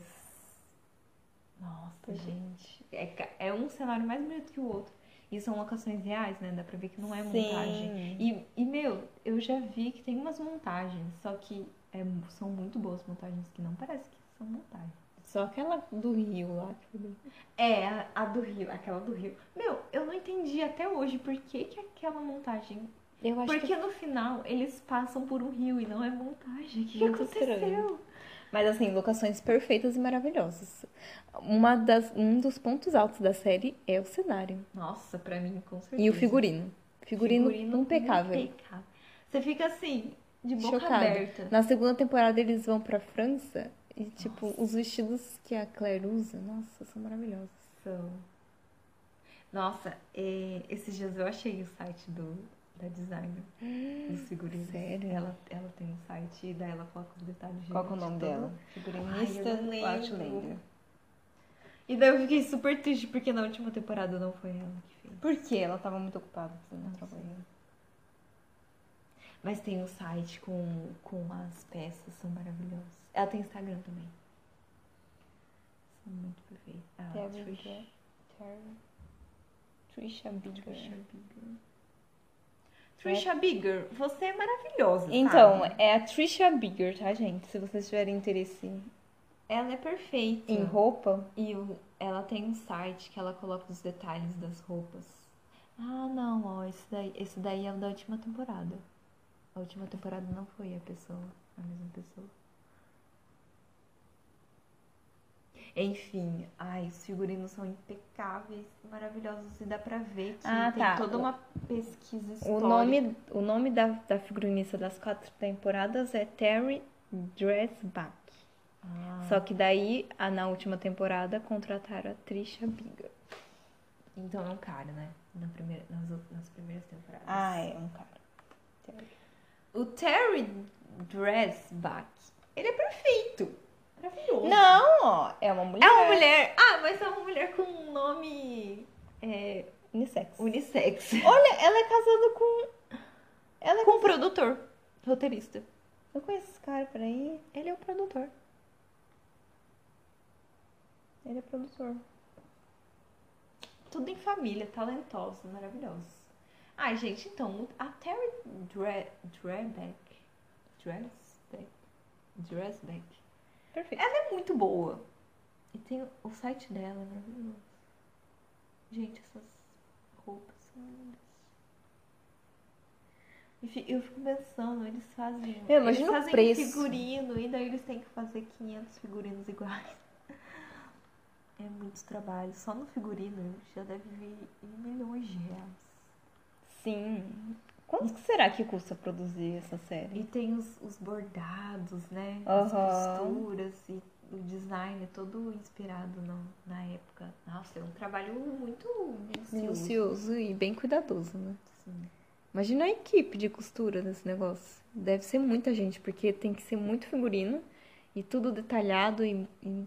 A: Uhum.
B: Nossa, gente. É, ca- é um cenário mais bonito que o outro. E são locações reais, né? Dá pra ver que não é montagem.
A: Sim.
B: E, e, meu, eu já vi que tem umas montagens, só que é mu- são muito boas montagens que não parece que são montagens.
A: Só aquela do rio lá. que foi bem-
B: É, a, a do Rio, aquela do Rio. Meu, eu não entendi até hoje por que, que aquela montagem.
A: Eu acho
B: Porque
A: que... é
B: no final eles passam por um rio e não é montagem. O que, que
A: Muito
B: aconteceu?
A: estranho. Mas assim, locações perfeitas e maravilhosas. Uma das, um dos pontos altos da série é o cenário.
B: Nossa, pra mim, com certeza.
A: E o figurino. Figurino, impecável.
B: impecável. Você fica assim, de boca
A: Chocada.
B: aberta.
A: Na segunda temporada eles vão pra França e, tipo, os vestidos que a Claire usa, nossa, são maravilhosos.
B: São. Nossa, é, esses dias eu achei o site do, da designer dos figurinos.
A: sério?
B: Ela, ela tem um site e daí ela coloca um os detalhes.
A: Qual que é o
B: de
A: nome
B: todo-
A: dela?
B: Ai, eu não lembro. E daí eu fiquei super triste porque na última temporada não foi ela que fez.
A: Por quê? Ela tava muito ocupada fazendo
B: trabalho. Mas tem um site com, com as peças, são maravilhosas. Ela tem Instagram também. Muito perfeito. Ah,
A: Terry
B: Trish.
A: Bra- Terry- Trisha Bigger.
B: Trisha é Bigger. Trisha Bigger, você é maravilhosa.
A: Então,
B: sabe?
A: é a Trisha Bigger, tá, gente? Se vocês tiverem interesse
B: ela é perfeita.
A: em roupa,
B: E o- ela tem um site que ela coloca os detalhes das roupas. Ah, não, ó, esse daí, esse daí é o da última temporada. A última temporada não foi a pessoa, a mesma pessoa. Enfim, ai, os figurinos são impecáveis, maravilhosos e dá pra ver que
A: Ah,
B: tem
A: tá.
B: toda uma pesquisa
A: o
B: histórica.
A: nome, o nome da, da figurinista das quatro temporadas é Terry Dressback.
B: Ah,
A: Só que daí, a- na última temporada, contrataram a Trisha Bigger.
B: então é um cara, né? Na primeira, nas, ou- nas primeiras temporadas.
A: é um cara.
B: O Terry Dressback, ele é perfeito. Maravilhoso.
A: Não, ó, é uma mulher.
B: É uma mulher. Ah, mas é uma mulher com um nome é,
A: Unissex.
B: unissex.
A: Olha, ela é casada com. Ela é
B: Com um produtor, roteirista.
A: Eu conheço esse cara por aí. Ele é o produtor. Ele é produtor.
B: Tudo em família, talentosos, maravilhosos. Ai, gente, então, a Terry Dre, Drebeck. Dressbeck. Dressbeck.
A: Perfeito.
B: Ela é muito boa. E tem o site dela, é maravilhoso. Gente, essas roupas são lindas. E fi- Eu fico pensando, eles fazem.
A: Meu, É, imagina o
B: eles fazem
A: preço.
B: figurino e daí eles têm que fazer 500 figurinos iguais. É muito trabalho. Só no figurino já deve vir em milhões de reais.
A: Sim. Quanto que será que custa produzir essa série?
B: E tem os, os bordados, né? As
A: Aham.
B: costuras e o design é todo inspirado no- na época. Nossa, é um trabalho muito minucioso. assim.
A: Minucioso e bem cuidadoso, né?
B: Sim.
A: Imagina a equipe de costura desse negócio. Deve ser muita gente, porque tem que ser muito figurino e tudo detalhado e, e-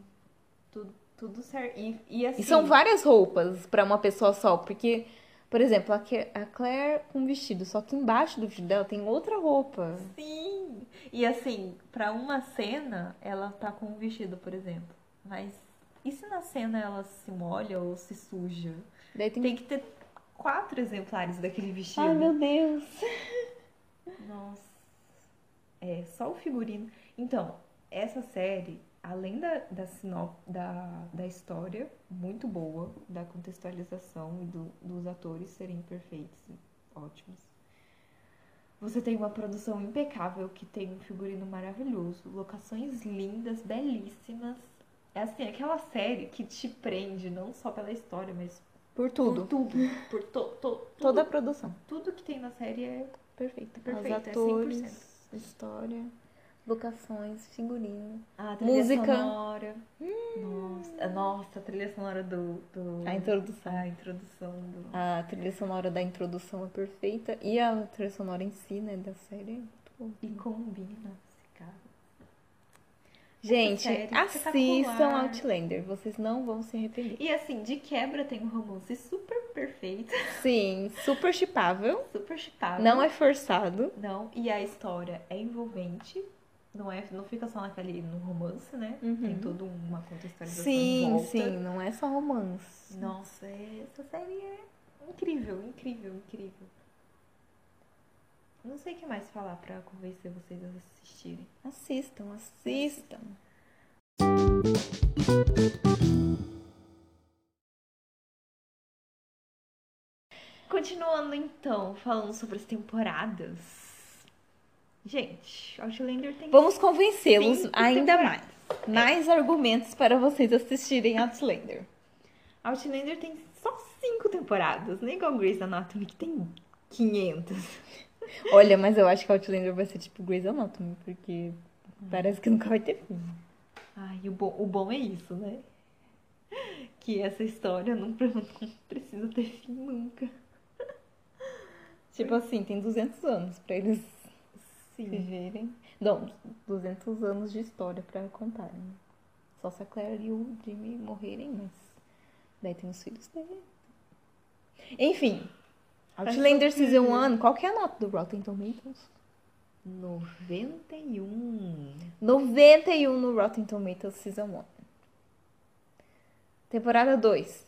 B: Tudo, tudo certo. E, e assim,
A: e são várias roupas pra uma pessoa só, porque por exemplo, a Ke- a Claire com vestido, só que embaixo do vestido dela tem outra roupa.
B: Sim! E assim, pra uma cena, ela tá com um vestido, por exemplo. Mas e se na cena ela se molha ou se suja?
A: Daí tem,
B: Tem que ter quatro exemplares daquele vestido.
A: Ai, meu Deus.
B: Nossa. É, só o figurino. Então, essa série, além da, da, sinop, da, da história muito boa, da contextualização e do- dos atores serem perfeitos e ótimos, você tem uma produção impecável que tem um figurino maravilhoso, locações lindas, belíssimas. É assim, aquela série que te prende não só pela história, mas
A: Por tudo.
B: por tudo. Por to, to,
A: Toda a
B: tudo,
A: produção.
B: tudo que tem na série é
A: Perfeita.
B: perfeita, é
A: Os atores, história, locações, figurino.
B: Ah, a trilha
A: Música. Hum.
B: sonora. Nossa, nossa, a trilha sonora do, do...
A: A introdução.
B: a introdução do...
A: A trilha sonora da introdução é perfeita. E a trilha sonora em si, né, da série. é muito boa.
B: E combina, esse cara.
A: Gente,
B: série é
A: assistam
B: espetacular.
A: Outlander. Vocês não vão se arrepender.
B: E assim, de quebra tem um romance super perfeito,
A: Sim, super chipável.
B: super chipado.
A: Não é forçado.
B: Não, e a história é envolvente. Não, é, não fica só naquele no romance, né?
A: Uhum.
B: Tem toda uma contextualização em
A: Sim,
B: volta.
A: sim. Não é só romance.
B: Nossa, é- essa série é incrível, incrível, incrível. Não sei o que mais falar pra convencer vocês a assistirem.
A: Assistam, assistam.
B: Continuando então, falando sobre as temporadas. Gente, Outlander tem
A: Vamos convencê-los
B: Cinco
A: ainda mais.
B: temporadas.
A: Mais argumentos para vocês assistirem Outlander.
B: Outlander tem só cinco temporadas, nem igual Grey's Anatomy que tem 500.
A: Olha, mas eu acho que Outlander vai ser tipo Grey's Anatomy, porque parece que nunca vai ter fim.
B: Ai, o bom, o bom é isso, né? Que essa história não, pre- não precisa ter fim nunca.
A: Tipo assim, tem 200 anos pra eles
B: Sim.
A: viverem. Não, 200 anos de história pra contarem. Só se a Claire e o Jimmy morrerem, mas daí tem os filhos dele. Enfim, Outlander Season 1, qual que é a nota do Rotten Tomatoes?
B: 91.
A: 91 no Rotten Tomatoes Season 1. Temporada 2.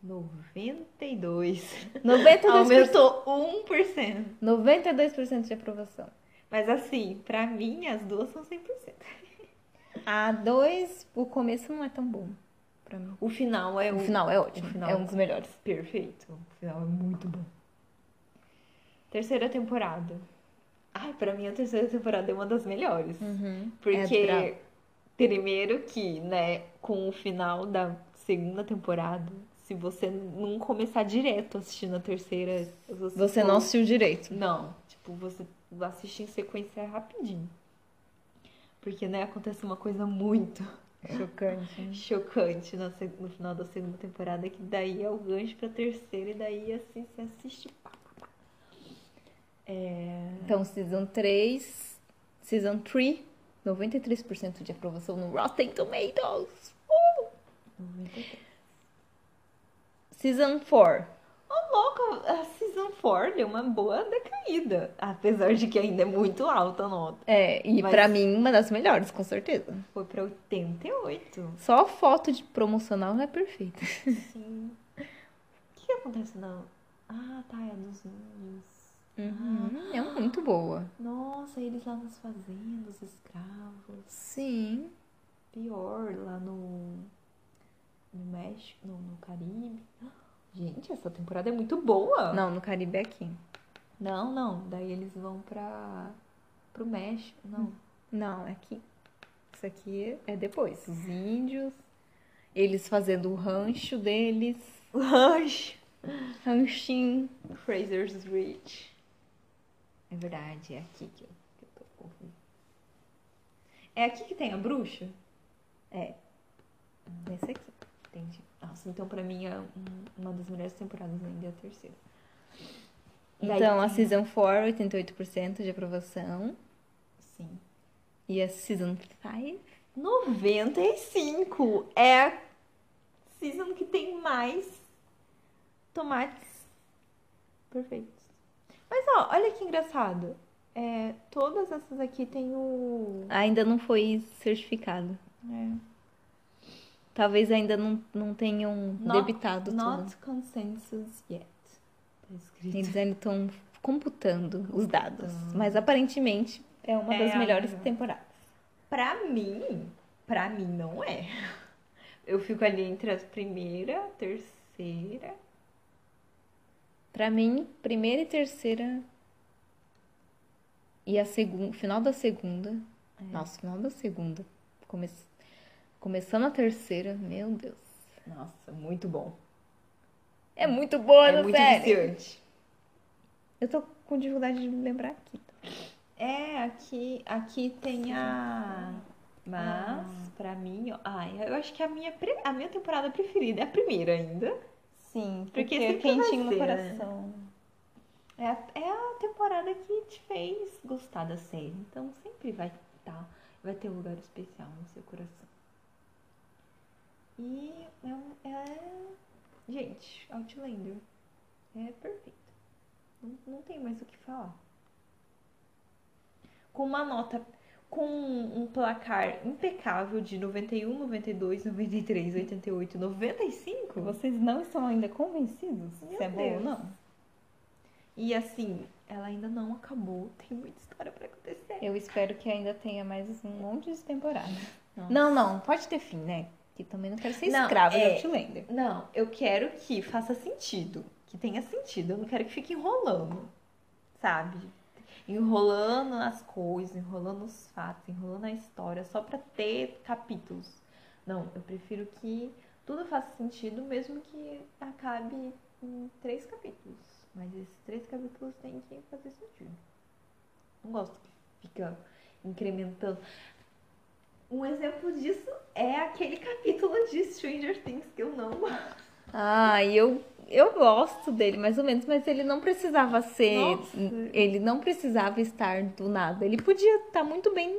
B: 92.
A: 92%,
B: Aumentou 1%.
A: 92 de aprovação.
B: Mas assim, pra mim, as duas são 100%.
A: A 2, o começo não é tão bom pra mim.
B: O final é
A: O final é ótimo,
B: o final
A: é um dos melhores.
B: Perfeito. O final é muito bom. Terceira temporada. Ai, pra mim a terceira temporada é uma das melhores. Porque,
A: Hum. É
B: primeiro que, né, com o final da segunda temporada, se você não começar direto assistindo a terceira, você,
A: Você não assistiu direito.
B: Não, tipo, você assiste em sequência rapidinho. Porque, né, acontece uma coisa muito
A: Chocante. né?
B: chocante na se- no final da segunda temporada, que daí é o gancho pra terceira, e daí assim você assiste. pá, pá, pá.
A: Então, Season 3, Season 3, 93% de aprovação no Rotten Tomatoes. Season 4,
B: Ô, louco, a Season 4 deu uma boa decaída. Apesar de que ainda é muito alta a nota.
A: é, e
B: Mas-
A: pra mim, uma das melhores, com certeza.
B: Foi pra 88.
A: Só a foto de promocional não é perfeita.
B: Sim. O que acontece na. Ah, tá, é dos índios.
A: Uhum, É muito boa.
B: Nossa, eles lá nas fazendas, escravos.
A: Sim.
B: pior lá no, no México, no, no Caribe. Gente, essa temporada é muito boa.
A: Não, no Caribe é aqui.
B: não. não. Daí eles vão pra, pro México. Não.
A: Não, é aqui. Isso aqui é depois. Os índios, eles fazendo o rancho deles.
B: Lanche.
A: Ranchinho.
B: Fraser's Ridge. É verdade, é aqui que eu, que eu tô confundindo. É aqui que tem a bruxa?
A: Esse aqui.
B: Entendi. Nossa, então pra mim é um- uma das melhores temporadas ainda é a terceira. Daí
A: Então, a
B: tem-
A: Season 4, 88% de aprovação.
B: Sim.
A: E a Season 5,
B: 95 é a season que tem mais tomates perfeitos. Mas ó, olha que engraçado. É, todas essas aqui tem o.
A: ainda não foi certificado.
B: É,
A: Talvez ainda não, não tenham
B: Not-
A: debitado tudo.
B: not consensus yet. Tá escrito.
A: Eles ainda estão computando os dados. Mas aparentemente é uma
B: Então. É
A: das
B: a
A: melhores
B: melhor.
A: temporadas.
B: Pra mim, pra mim não é. Eu fico ali entre a primeira, a terceira.
A: Pra mim, primeira e terceira. E a segunda. Final da segunda.
B: É.
A: Nossa, final da segunda. Come... Começando a terceira, meu Deus.
B: Nossa, muito bom.
A: É muito boa,
B: é
A: não
B: muito
A: sério.
B: viciante.
A: Eu tô com dificuldade de lembrar aqui.
B: É, aqui, aqui tem a. Mas, pra mim, ó, ai, eu acho que é a minha, pre- a minha temporada preferida é a primeira ainda.
A: Sim,
B: porque é quentinho
A: né?
B: no coração. É a, é a temporada que te fez gostar da série. Então sempre vai estar. Vai ter um lugar especial no seu coração. E é. um- é- gente, Outlander. É perfeito. Não, não tem mais o que falar. Com uma nota. Com um placar impecável de 91, 92, 93, 88, 95.
A: Vocês não estão ainda convencidos se
B: Meu
A: é boa ou
B: Deus.
A: não?
B: E assim, ela ainda não acabou. Tem muita história pra acontecer.
A: Eu espero que ainda tenha mais um monte de temporada.
B: Nossa.
A: Não, não, pode ter fim, né? Que também não quero ser
B: Não,
A: escrava
B: é.
A: de Outlander.
B: Não, eu quero que faça sentido. Que tenha sentido. Eu não quero que fique enrolando. Sabe? Enrolando as coisas, enrolando os fatos, enrolando a história, só pra ter capítulos. Não, eu prefiro que tudo faça sentido, mesmo que acabe em três capítulos. Mas esses três capítulos têm que fazer sentido. Não gosto que fica incrementando. Um exemplo disso é aquele capítulo de Stranger Things que eu não gosto.
A: Ah, e eu, eu gosto dele, mais ou menos, mas ele não precisava ser.
B: Nossa.
A: Ele não precisava estar do nada. Ele podia estar tá muito bem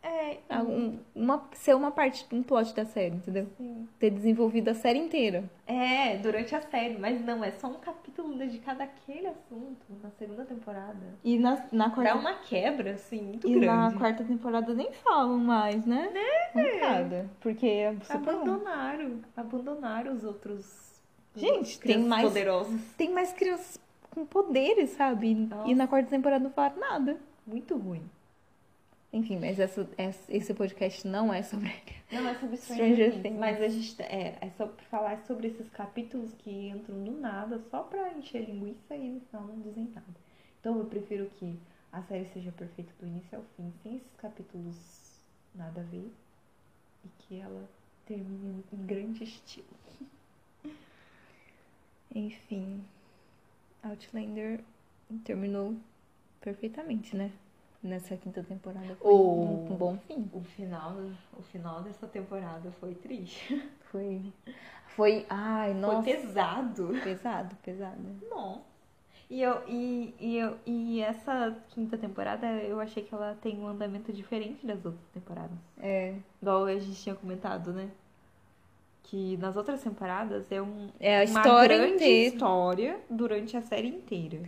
B: É,
A: algum- uma, ser uma parte, um plot da série, entendeu?
B: sim.
A: Ter desenvolvido a série inteira.
B: É, durante a série, mas não, é só um capítulo dedicado àquele assunto na segunda temporada.
A: E na, na
B: Dá
A: quarta
B: uma quebra, assim, muito
A: e na
B: grande.
A: quarta temporada nem falam mais, né? Né? Nada. Porque é super-
B: Abandonaram. Abandonaram os outros.
A: Gente,
B: crianças
A: tem mais-
B: poderosos.
A: Tem mais crianças com poderes, sabe? E-
B: Nossa.
A: E na quarta temporada não falaram nada.
B: Muito ruim.
A: Enfim, mas essa- essa- esse podcast não é sobre.
B: Não, é sobre Stranger,
A: Stranger
B: Things.
A: Things.
B: Mas a gente. É, é só pra falar sobre esses capítulos que entram do nada, só pra encher linguiça e no final não dizem nada. Então eu prefiro que a série seja perfeita do início ao fim, sem esses capítulos nada a ver. E que ela termine em grande estilo.
A: Enfim. Outlander terminou perfeitamente, né? Nessa quinta temporada foi
B: Ou-
A: um bom fim.
B: O final, o final dessa temporada foi triste.
A: Foi. Foi. Ai, nossa.
B: Foi pesado.
A: pesado, pesado.
B: Nossa. E, eu, e, e, eu, e essa quinta temporada, eu achei que ela tem um andamento diferente das outras temporadas.
A: É.
B: Igual a gente tinha comentado, né? Que nas outras temporadas é um,
A: É
B: uma
A: a história
B: grande
A: inteira.
B: história durante a série inteira.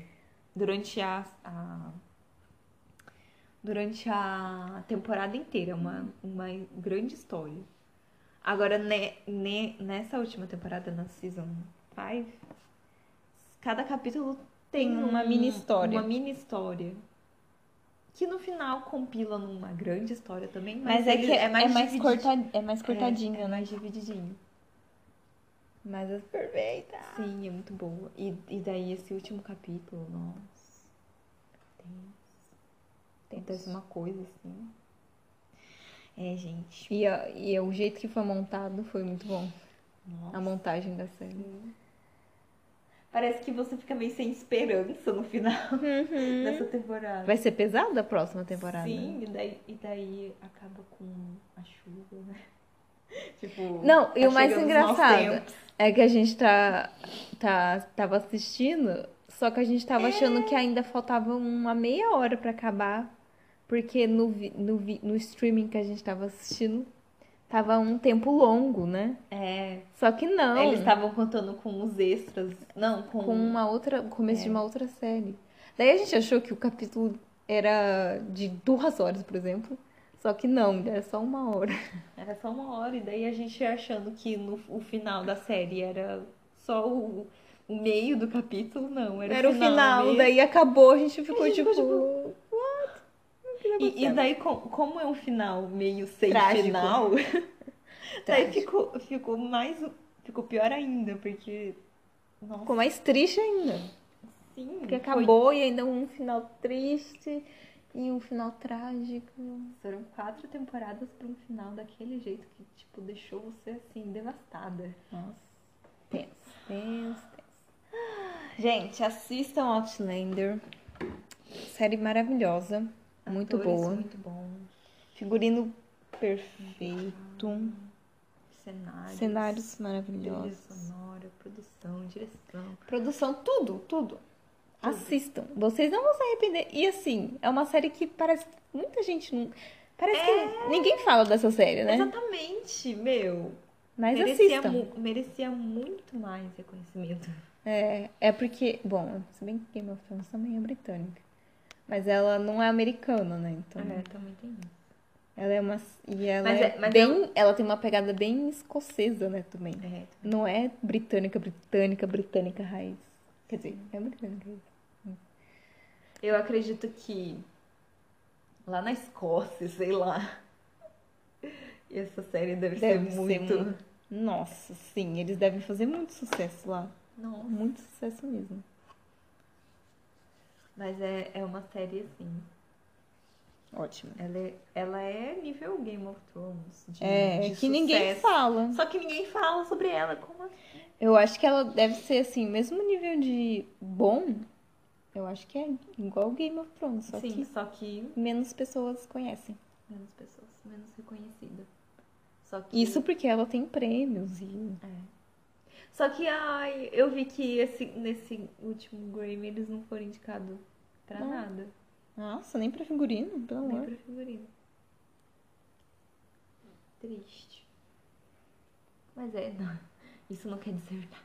B: Durante a, a- durante a temporada inteira, uma, uma grande história. Agora, ne, ne- nessa última temporada, na Season 5, cada capítulo tem
A: Tem Hum, uma
B: um-
A: mini história.
B: Uma mini história. Que no final compila numa grande história também, mas,
A: Mas é
B: ele-
A: que é mais,
B: dividi-
A: corta- é mais cortadinho,
B: É, é
A: né?
B: mais divididinho.
A: Mas é perfeita.
B: Sim, é muito boa. E, e daí esse último capítulo, nossa. Tem, acontece uma coisa assim. É, gente.
A: E, a- e o jeito que foi montado foi muito bom.
B: Nossa.
A: A montagem da série.
B: Parece que você fica meio sem esperança no final dessa temporada.
A: Uhum. Vai ser pesada a próxima temporada.
B: Uhum. Sim, e daí, e daí acaba com a chuva, né? Tipo.
A: Não, e
B: tá
A: o mais
B: chegando os maus
A: engraçado
B: tempos.
A: é que a gente tá, tá, tava assistindo, só que a gente tava achando que ainda faltava uma meia hora pra acabar. Porque no, vi- no, vi- no streaming que a gente tava assistindo, tava um tempo longo, né?
B: É.
A: Só que não. tá
B: Eles estavam contando com os extras. Não, com.
A: com uma outra, o
B: É.
A: começo de uma outra série. Daí a gente achou que o capítulo era de duas horas, por exemplo. Só que não, era só uma hora.
B: Era só uma hora, e daí a gente achando que no, o final da série era só o, o meio do capítulo, não. Era, o final, mesmo.
A: daí acabou, a gente ficou
B: A gente
A: tipo.
B: ficou E, e daí, com- como é um final meio sem
A: Trágico.
B: final, daí
A: Trágico.
B: ficou, ficou mais. Ficou pior ainda, porque. Nossa,
A: Ficou mais triste ainda.
B: sim, foi-
A: Porque acabou e ainda um final triste e um final trágico.
B: Foram quatro temporadas pra um final daquele jeito que, tipo, deixou você assim, devastada.
A: Nossa. Tenso, tenso, tenso. Gente, assistam Outlander. Série maravilhosa. Muito
B: Atores
A: boa.
B: Muito bom.
A: Figurino perfeito.
B: Cenários.
A: Cenários
B: Trilha
A: maravilhosos.
B: sonora, produção, direção.
A: Produção, tudo, tudo. Assistam. Vocês não vão se arrepender. E assim, é uma série que parece que muita gente não. Parece
B: É.
A: que ninguém fala dessa série, né?
B: Exatamente, meu.
A: Mas
B: merecia,
A: assistam.
B: mu- merecia muito mais reconhecimento.
A: É, é porque, bom, se bem que Game of Thrones também é britânica. Mas ela não é americana, né? Então,
B: É, também tem isso.
A: ela é uma. E ela
B: Mas
A: é
B: é- mas
A: bem. Ela tem uma pegada bem escocesa, né, também.
B: É,
A: Não é britânica, britânica, britânica raiz. Quer dizer, é britânica raiz.
B: eu acredito que lá na Escócia, sei lá. Essa série deve,
A: Deve
B: ser
A: ser
B: muito.
A: muito. Nossa, sim, eles devem fazer muito sucesso lá.
B: Nossa.
A: Muito sucesso mesmo.
B: Mas é, é uma série assim.
A: Ótimo.
B: Ela é, ela é nível Game of Thrones. De,
A: É,
B: de
A: que ninguém
B: sucesso.
A: fala.
B: Só que ninguém fala sobre ela. Como assim?
A: Eu acho que ela deve ser assim, mesmo nível de bom, eu acho que é igual Game of Thrones, só
B: Sim,
A: que
B: só que
A: menos pessoas conhecem.
B: menos pessoas, menos reconhecida. Só que
A: Isso porque ela tem prêmios e
B: é. Só que ai, eu vi que esse nesse último Grammy eles não foram indicados pra
A: Não, é?
B: nada,
A: nossa, nem pra figurino, pelo
B: nem
A: amor.
B: pra figurino. Triste. Mas é, não. Isso não quer dizer nada.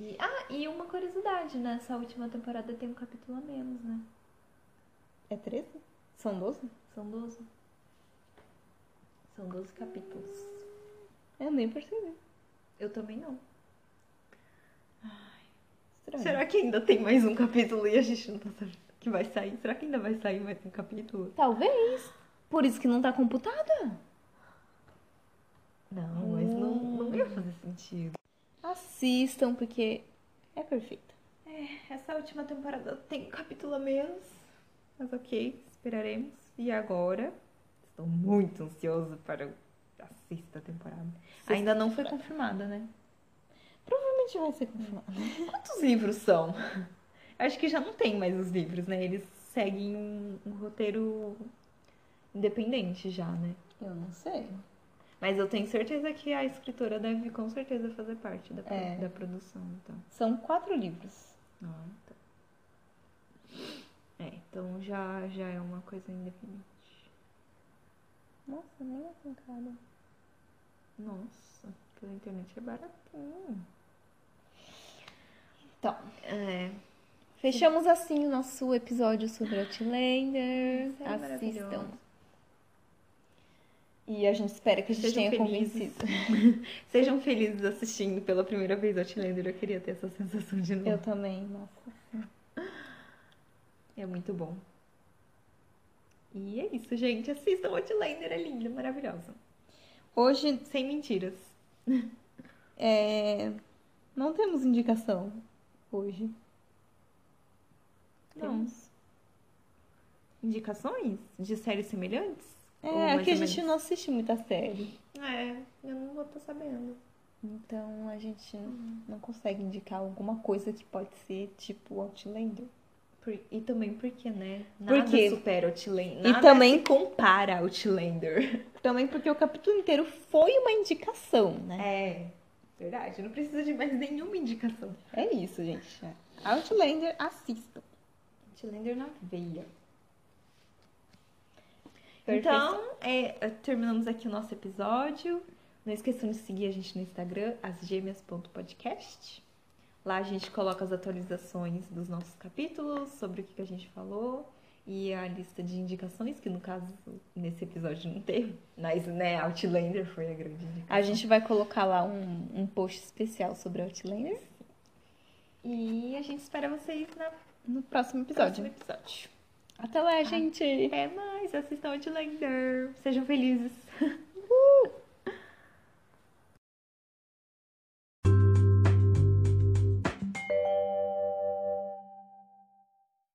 B: E, ah, e uma curiosidade, nessa última temporada tem um capítulo a menos, né?
A: É 13? São 12?
B: São 12. São 12 capítulos.
A: Eu nem percebi.
B: Eu também não.
A: Estranho.
B: Será que ainda tem mais um capítulo e a gente não tá sabendo que vai sair? Será que ainda vai sair mais um capítulo?
A: Talvez. Por isso que não tá computada.
B: Não, mas não, não ia fazer sentido.
A: Assistam, porque é perfeita.
B: Essa última temporada tem um capítulo a menos. Mas ok, esperaremos. E agora? Estou muito ansioso para a sexta temporada. Ainda não foi confirmada, né?
A: Provavelmente vai ser confirmada.
B: Quantos livros são? Acho que já não tem mais os livros, né? Eles seguem um, um roteiro independente já, né?
A: Eu não sei.
B: Mas eu tenho certeza que a escritora deve com certeza fazer parte da, pro-
A: É.
B: da produção, então.
A: São quatro livros.
B: Ah, tá. É, então já, já é uma coisa independente.
A: Nossa, nem é arrancada.
B: Nossa, pela internet é baratinho.
A: Então,
B: É.
A: fechamos assim o nosso episódio sobre
B: Série
A: Outlander. Assistam.
B: maravilhosa.
A: E a gente espera que a gente
B: Sejam
A: tenha
B: felizes.
A: convencido.
B: Sejam felizes assistindo pela primeira vez Outlander. Eu queria ter essa sensação de novo.
A: Eu também, nossa.
B: É muito bom. E é isso, gente. Assistam Outlander, é linda, maravilhosa.
A: Hoje
B: Sem mentiras.
A: é... não temos indicação. Hoje.
B: Não. Indicações de séries semelhantes? Ou
A: É,
B: mais
A: aqui a
B: ou
A: gente não assiste muita série.
B: menos? É, eu não vou estar sabendo.
A: Então a gente
B: Hum.
A: não consegue indicar alguma coisa que pode ser tipo Outlander.
B: Por- e também porque, né? Nada
A: Porque-
B: supera Outlander.
A: E
B: Nada
A: também-
B: se compara a Outlander.
A: Também porque o capítulo inteiro foi uma indicação, né?
B: É, verdade. Não precisa de mais nenhuma indicação.
A: É, isso, gente. Outlander, assistam.
B: Outlander na veia.
A: Perfeito.
B: Então, é, terminamos aqui o nosso episódio. Não esqueçam de seguir a gente no Instagram, asgêmeas.podcast. Lá a gente coloca as atualizações dos nossos capítulos, sobre o que que a gente falou e a lista de indicações, que no caso, nesse episódio não teve. Mas, né, Outlander foi a grande indicação.
A: A gente vai colocar lá um, um post especial sobre Outlander
B: E a gente espera vocês no
A: no
B: próximo
A: próximo
B: Ah.
A: episódio.
B: episódio.
A: Até lá, gente!
B: É Até mais, assistam Outlander. Sejam felizes.